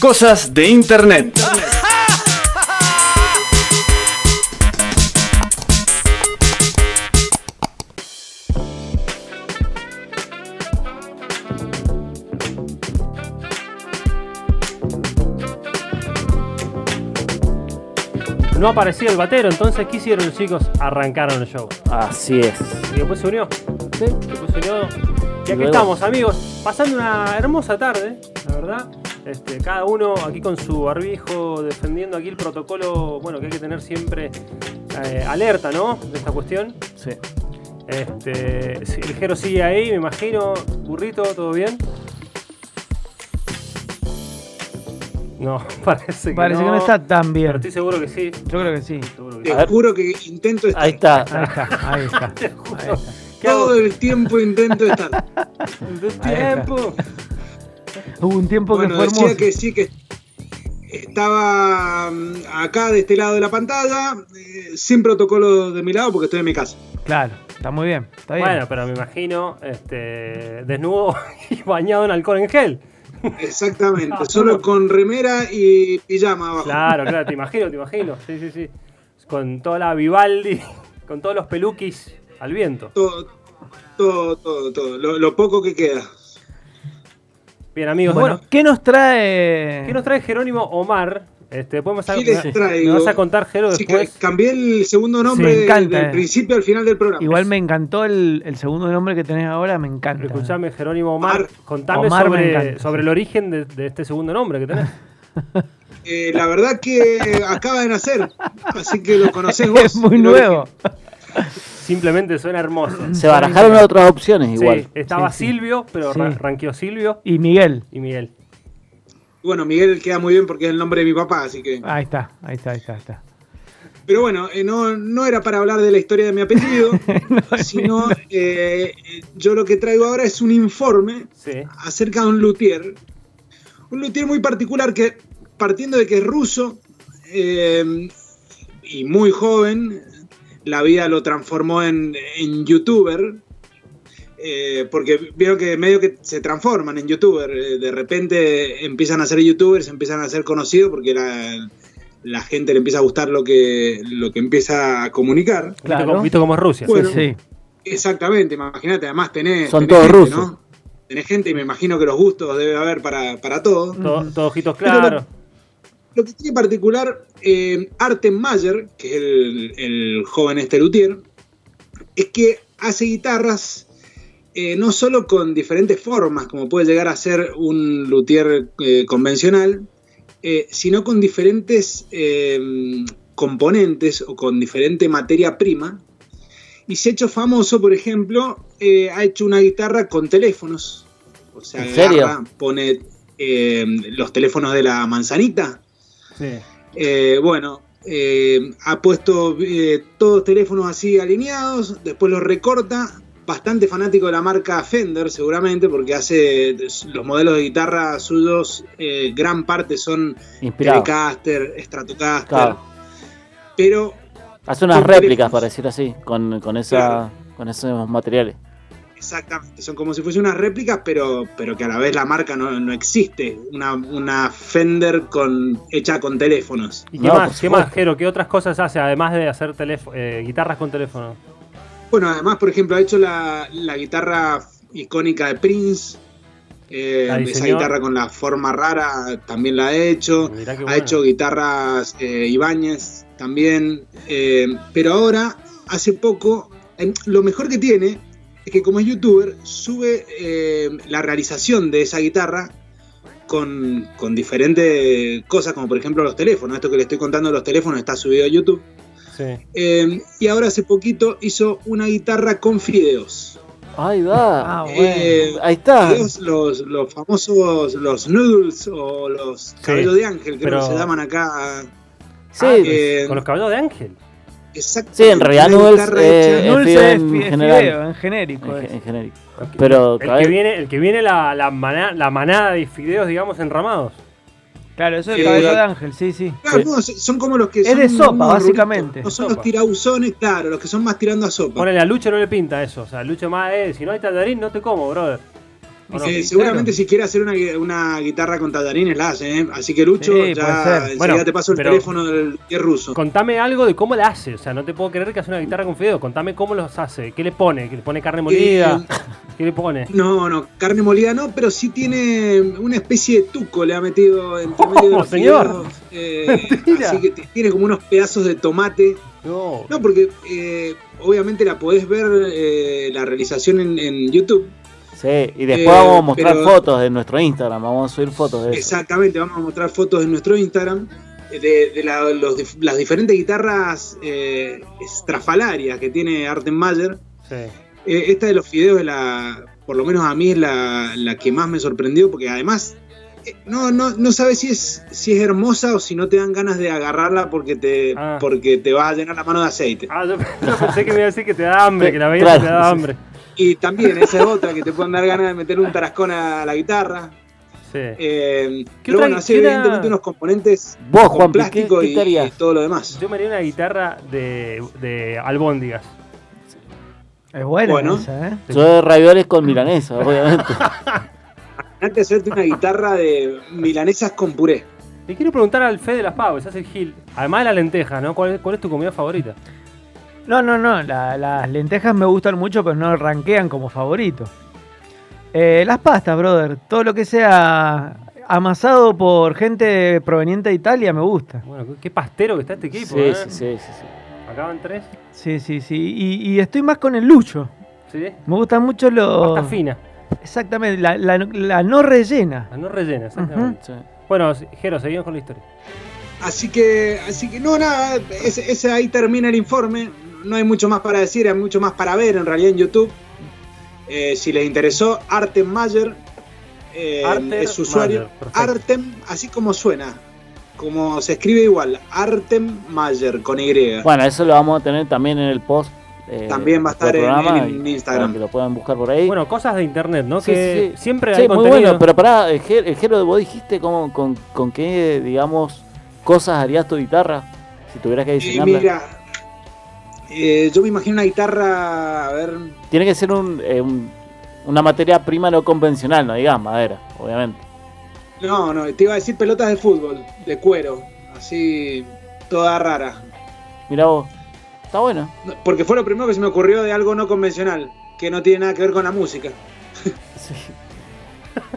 Cosas de Internet. No aparecía el batero, entonces ¿qué hicieron los chicos? Arrancaron el show. Así es. Y después se unió. Sí. Después se unió. Y aquí luego- estamos, amigos, pasando una hermosa tarde, la verdad. Este, cada uno aquí con su barbijo, defendiendo aquí el protocolo, bueno, que hay que tener siempre eh, alerta, ¿no? De esta cuestión. Sí. Este, sí, el Jero sigue ahí, me imagino. Burrito, ¿todo bien? No, parece que Parece no. que no está tan Pero bien. estoy seguro que sí. Yo creo que sí. seguro que A Te ver. juro que intento estar. Ahí está. Ahí está, ahí está. sí. Te juro. Ahí está. ¿Qué hago? Todo el tiempo intento estar. De está. tiempo. Hubo un tiempo que Bueno, fue hermoso. decía que sí, que estaba mm, acá de este lado de la pantalla, eh, sin protocolo de mi lado porque estoy en mi casa. Claro, está muy bien. Está bien. Bueno, pero me imagino este, desnudo y bañado en alcohol en gel. Exactamente, solo con remera y pijama abajo. Claro, claro, te imagino, te imagino. Sí, sí, sí. Con toda la Vivaldi, con todos los peluquis al viento. Todo, todo, todo, todo. Lo, lo poco que queda. Bien, amigos. Bueno, Bueno, ¿qué nos trae? ¿qué nos trae Jerónimo Omar? Este, después me vas a, ¿Qué les me- traigo? me vas a contar, Jero, Sí, ca- después. cambié el segundo nombre Sí, me encanta, del eh. principio al final del programa. Igual me encantó el, el segundo nombre que tenés ahora, me encanta. Escuchame, Jerónimo Omar, Omar. contame Omar me sobre, encanta, sobre sí. el origen de, de este segundo nombre que tenés. Eh, la verdad que acaba de nacer, así que lo conocés vos. Es muy Lo nuevo. Simplemente suena hermoso. Se barajaron otras opciones igual. eh, Sí, estaba Sí, sí. Silvio, pero Sí. ra- ranqueó Silvio Y Miguel. y Miguel. Bueno, Miguel queda muy bien porque es el nombre de mi papá, así que. Ahí está, ahí está, ahí está. ahí está. Pero bueno, eh, no, no era para hablar de la historia de mi apellido, sino eh, eh, yo lo que traigo ahora es un informe Sí. acerca de un luthier. Un luthier muy particular que, partiendo de que es ruso eh, y muy joven, la vida lo transformó en, en youtuber. eh, porque vieron que medio que se transforman en youtuber. eh, de repente empiezan a ser youtubers, empiezan a ser conocidos porque la, la gente le empieza a gustar lo que, lo que empieza a comunicar. Claro. Viste, cómo, viste cómo es Rusia. Bueno. Sí, Exactamente, imagínate, además tenés. Son tenés todos gente, rusos. ¿no? Tenés gente y me imagino que los gustos debe haber para, para todo. Todo- Todos ojitos Pero claros. Lo que tiene en particular eh, Artem Mayer, que es el, el joven este luthier, es que hace guitarras eh, no solo con diferentes formas, como puede llegar a ser un luthier eh, convencional, eh, sino con diferentes eh, componentes o con diferente materia prima. Y se ha hecho famoso, por ejemplo, eh, ha hecho una guitarra con teléfonos. O sea, ¿En serio? agarra, pone eh, los teléfonos de la manzanita. Sí. Eh, bueno, eh, ha puesto eh, todos teléfonos así alineados, después los recorta. Bastante fanático de la marca Fender, seguramente, porque hace los modelos de guitarra suyos, eh, gran parte son eh, Inspirado. Telecaster, Stratocaster, Claro. pero Hace unas Con réplicas, teléfonos. para decir así, con, con, esa, con esos materiales. Exactamente, son como si fuesen unas réplicas, pero, pero que a la vez la marca no, no existe. Una, una Fender con, hecha con teléfonos. ¿Y qué No, por más? ¿Qué supuesto. más, Jero? ¿Qué otras cosas hace además de hacer teléfo- eh, guitarras con teléfono? Bueno, además, por ejemplo, ha hecho la, la guitarra icónica de Prince. Eh, La diseñó. esa guitarra con la forma rara también la ha hecho. Mirá qué Ha bueno. hecho guitarras eh, Ibáñez también. eh, pero ahora, hace poco, em, lo mejor que tiene es que como es youtuber, sube eh, la realización de esa guitarra con, con diferentes cosas, como por ejemplo los teléfonos. Esto que le estoy contando de los teléfonos está subido a YouTube. Sí. Eh, y ahora hace poquito hizo una guitarra con fideos. Ahí va. Ah, bueno. Eh, Ahí está. fideos, los, los famosos, los noodles o los cabellos de ángel, creo pero- que se llaman acá. Sí. pues, Eh, Con los caballos de Ángel. exacto, Sí, en realidad una noodles, guitarra eh, hecha- Dulce fideo es en fi- es general. fideo, en genérico. pues. En, es. en genérico. Pero, El que cabez- viene, el que viene la, la, maná- la manada de fideos, digamos, enramados. Claro, eso es Eh, el cabello de ángel, sí, sí. Claro, no, son como los que Es son de sopa, unos básicamente. ruritos, No son Sopa. los tirabuzones, claro, los que son más tirando a sopa. Ponele a Lucho no le pinta eso. O sea, Lucho más, eh, si no hay tandarín, no te como, brother. ¿o no? Eh, seguramente si quiere hacer una, gui- una guitarra con tallarines la hace, ¿eh? Así que Lucho, Sí, puede ser. ya enseguida Bueno, te paso el pero- teléfono del tío ruso. Contame algo de cómo la hace. O sea, no te puedo creer que hace una guitarra con fideo. Contame cómo los hace. ¿Qué le pone? ¿Que le pone carne molida? ¿Qué le pone? No, no, carne molida no, pero sí tiene una especie de tuco le ha metido en ¡Oh, señor! Mentira. eh, así que t- tiene como unos pedazos de tomate. No. No, porque eh, obviamente la podés ver eh, la realización en, en YouTube. Sí, y después Eh, vamos a mostrar pero- fotos de nuestro Instagram, vamos a subir fotos de eso. Exactamente, vamos a mostrar fotos en nuestro Instagram eh, de, de la- los dif- las diferentes guitarras eh, estrafalarias que tiene Artenmayer. Sí. Eh, esta de los fideos es la, por lo menos a mí es la, la que más me sorprendió, porque además eh, no, no, no sabes si es, si es hermosa o si no te dan ganas de agarrarla porque te, Ah. porque te vas a llenar la mano de aceite. Ah, yo, yo pensé que me iba a decir que te da hambre, que la veías Claro. y te da hambre. Y también esa es otra, que te pueden dar ganas de meter un tarascón a la guitarra. Sí. Eh, pero otra- bueno, hace qué otra- evidentemente unos componentes Vos, con Juan, ¿qué, plástico qué y- te harías? y todo lo demás. Yo me haría una guitarra de, de albóndigas. Es buena Bueno. esa, ¿eh? Yo de ravioles con milanesa, obviamente. Imagínate hacerte una guitarra de milanesas con puré. Le quiero preguntar al Fede de las Pavas, hace el Gil. Además de la lenteja, ¿no? ¿Cuál, cuál es tu comida favorita? No, no, no. la- las lentejas me gustan mucho, pero no ranquean como favorito. Eh, las pastas, brother. Todo lo que sea amasado por gente proveniente de Italia me gusta. Bueno, qué- qué pastero que está este Sí, pues, equipo, sí, ¿eh? sí, sí, sí. Acaban tres. Sí, sí, sí. Y, y estoy más con el lucho. Sí. Me gustan mucho Pasta los. fina, Exactamente, la, la- la no rellena. la no rellena, exactamente. sí. Bueno, Jero, seguimos con la historia. Así que, así que no, nada, ese, ese ahí termina el informe. No hay mucho más para decir, hay mucho más para ver en realidad en YouTube. Eh, si les interesó, Artem Mayer eh, Arter es su usuario. Mayer, perfecto. Artem, así como suena, como se escribe igual, Artem Mayer con Y. Bueno, eso lo vamos a tener también en el post. eh, También va a estar del en- programa en y- Instagram. para Que lo puedan buscar por ahí. Bueno, cosas de internet, ¿no? Sí, que sí. siempre Sí, hay muy contenido. bueno, pero pará, el Ger- el Jero, vos dijiste cómo, con, con qué, digamos, cosas harías tu guitarra si tuvieras que Eh, diseñarla. mira, eh, yo me imagino una guitarra, a ver, Tiene que ser un, eh, un- una materia prima no convencional, no digas madera, obviamente. no, no, te iba a decir pelotas de fútbol, de cuero, así, toda rara. Mira vos, está bueno. No, Porque fue lo primero que se me ocurrió de algo no convencional, que no tiene nada que ver con la música. Sí.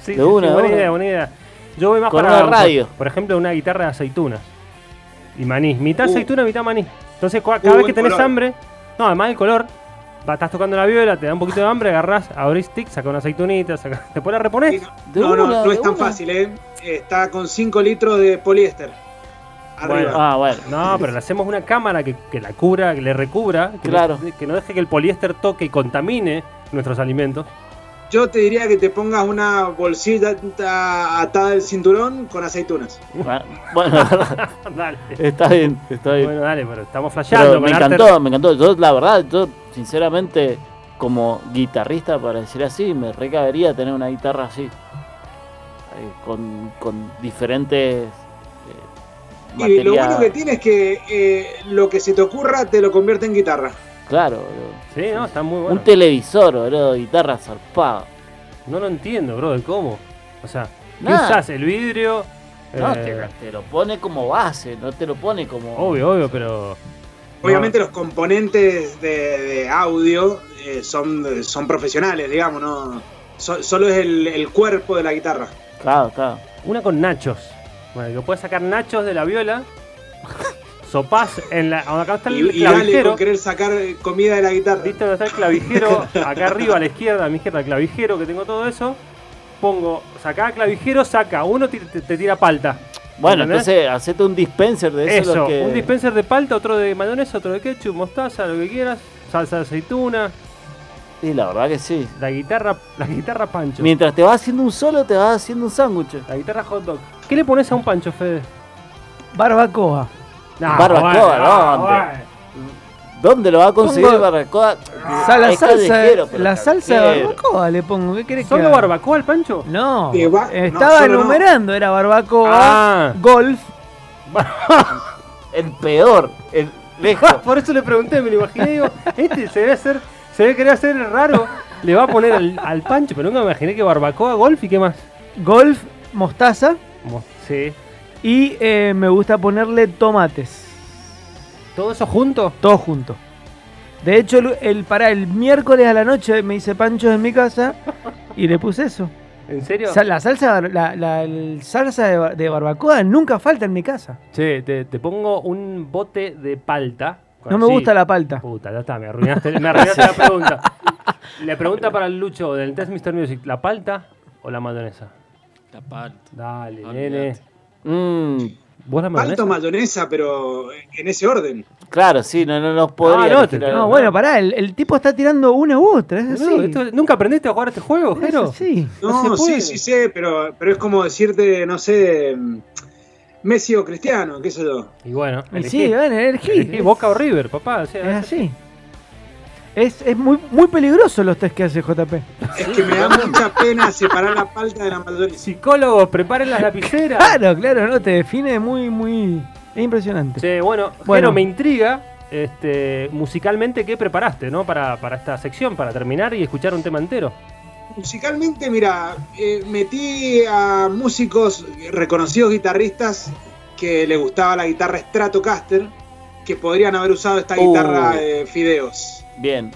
Sí, De sí, una, sí, de buena una. idea, buena idea. Yo voy más Con para una radio. Por, por ejemplo, una guitarra de aceitunas. Y maní. Mitad Uh. aceituna, mitad maní. Entonces, cua- Uh, cada vez que buen tenés color. hambre, no, además del color, va- estás tocando la viola, te da un poquito de hambre, agarrás, abrís stick, saca una aceitunita, saca, después la reponés. Eh, De No, no, una, no, de es tan una. fácil, ¿eh? Está con 5 litros de poliéster. Arriba. Ah, bueno. No, pero le hacemos una cámara que, que la cubra, que le recubra, que, Claro. no, que no deje que el poliéster toque y contamine nuestros alimentos. Yo te diría que te pongas una bolsita atada del cinturón con aceitunas. Bueno, Ah, Bueno, dale. está bien, está bien. Bueno, dale, pero estamos Pero flasheando con me Arter- encantó, me encantó. Yo, la verdad, yo, sinceramente, como guitarrista, para decir así, me recabería tener una guitarra así. Eh, con, con diferentes. eh, Y lo materia- bueno que tiene es que eh, lo que se te ocurra te lo convierte en guitarra. Claro, boludo. Sí, no, está muy bueno. Un televisor, boludo, guitarra zarpada. No lo entiendo, bro, de cómo. O sea, ¿qué Nada. usás? ¿El vidrio? No, Eh, te, te lo pone como base, no te lo pone como. Obvio, obvio, pero. Obviamente los componentes de, de audio eh, son, son profesionales, digamos, ¿no? So- solo es el- el cuerpo de la guitarra. Claro, claro. Una con nachos. Bueno, que puedes sacar nachos de la viola. Sopás en la. Acá está el Y, y dale clavijero. con querer sacar eh, comida de la guitarra. ¿Viste dónde está el clavijero? Acá arriba, a la izquierda, a mi izquierda, el clavijero, que tengo todo eso. Pongo, sacá clavijero, saca. Uno ti- te, te tira palta. Bueno, ¿Entendés? entonces, hacete un dispenser de eso. Eso, lo que... un dispenser de palta, otro de mayonesa, otro de ketchup, mostaza, lo que quieras. Salsa de aceituna, Sí, la verdad que sí. la guitarra, la guitarra pancho. Mientras te vas haciendo un solo, te vas haciendo un sándwich. La guitarra hot dog. ¿Qué le pones a un pancho, Fede? Barbacoa. Nah, Barbacoa, bueno, no, bueno. ¿Dónde lo va a conseguir Pongo- barbacoa? Ah, O sea, la Es salsa, callejero, pero la salsa de callejero. barbacoa le pongo. ¿Qué querés que ¿Solo haga? barbacoa el pancho? No, De ba- no, estaba solo no. enumerando, era barbacoa, Ah. golf. El peor, el lejos. Por eso le pregunté, me lo imaginé. Digo, este se debe hacer, se debe querer hacer el raro. Le va a poner al, al pancho, pero nunca me imaginé que barbacoa, golf y qué más. Golf, mostaza Mo- Sí. y eh, me gusta ponerle tomates. ¿Todo eso junto? Todo junto. De hecho, el, el- pará, el miércoles a la noche me hice panchos en mi casa y le puse eso. ¿En serio? Sa- La salsa, la, la- el salsa de, bar- de barbacoa nunca falta en mi casa. Che, te, te pongo un bote de palta. No me Así. gusta la palta. Puta, ya está, me arruinaste, me arruinaste la pregunta. La pregunta para el Lucho del Test Mr. Music: ¿la palta o la mayonesa? La palta. Dale, Olvídate. nene. Mm, ¿Vos la Palta mayonesa? o mayonesa, pero en ese orden. claro, sí, no, no nos podría. Ah, no, elegir te- algo. No, bueno, pará, el, el tipo está tirando una u otra, es así. Boludo, esto- ¿Nunca aprendiste a jugar este juego, Es Jero? así. No, No se puede. sí, sí sé, pero, pero es como decirte, no sé, mm, Messi o Cristiano, qué sé yo. Y bueno, Y elegí. sí, bueno, elegí. Elegí Boca o River, papá. O Es sea, así. Es, es muy, muy peligroso los test que hace JP. Es que me da mucha pena separar la palta de la mayonesa. Psicólogos, preparen las lapiceras. Claro, claro, no, te define muy, muy. Es impresionante. Che, bueno, Bueno. Jero, me intriga este, musicalmente qué preparaste, ¿no? Para, para esta sección, para terminar y escuchar un tema entero. Musicalmente, mira, eh, metí a músicos reconocidos guitarristas que les gustaba la guitarra Stratocaster, que podrían haber usado esta Uh. guitarra Oh. de fideos. Bien.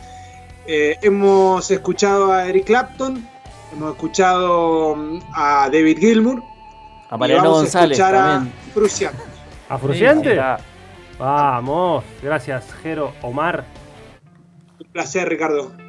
Eh, hemos escuchado a Eric Clapton, hemos escuchado mm, a David Gilmour, A y Mariano vamos a González escuchar también. a Prusia. ¿Afruciante? Ahí está. Vamos, gracias, Jero Omar. Un placer, Ricardo.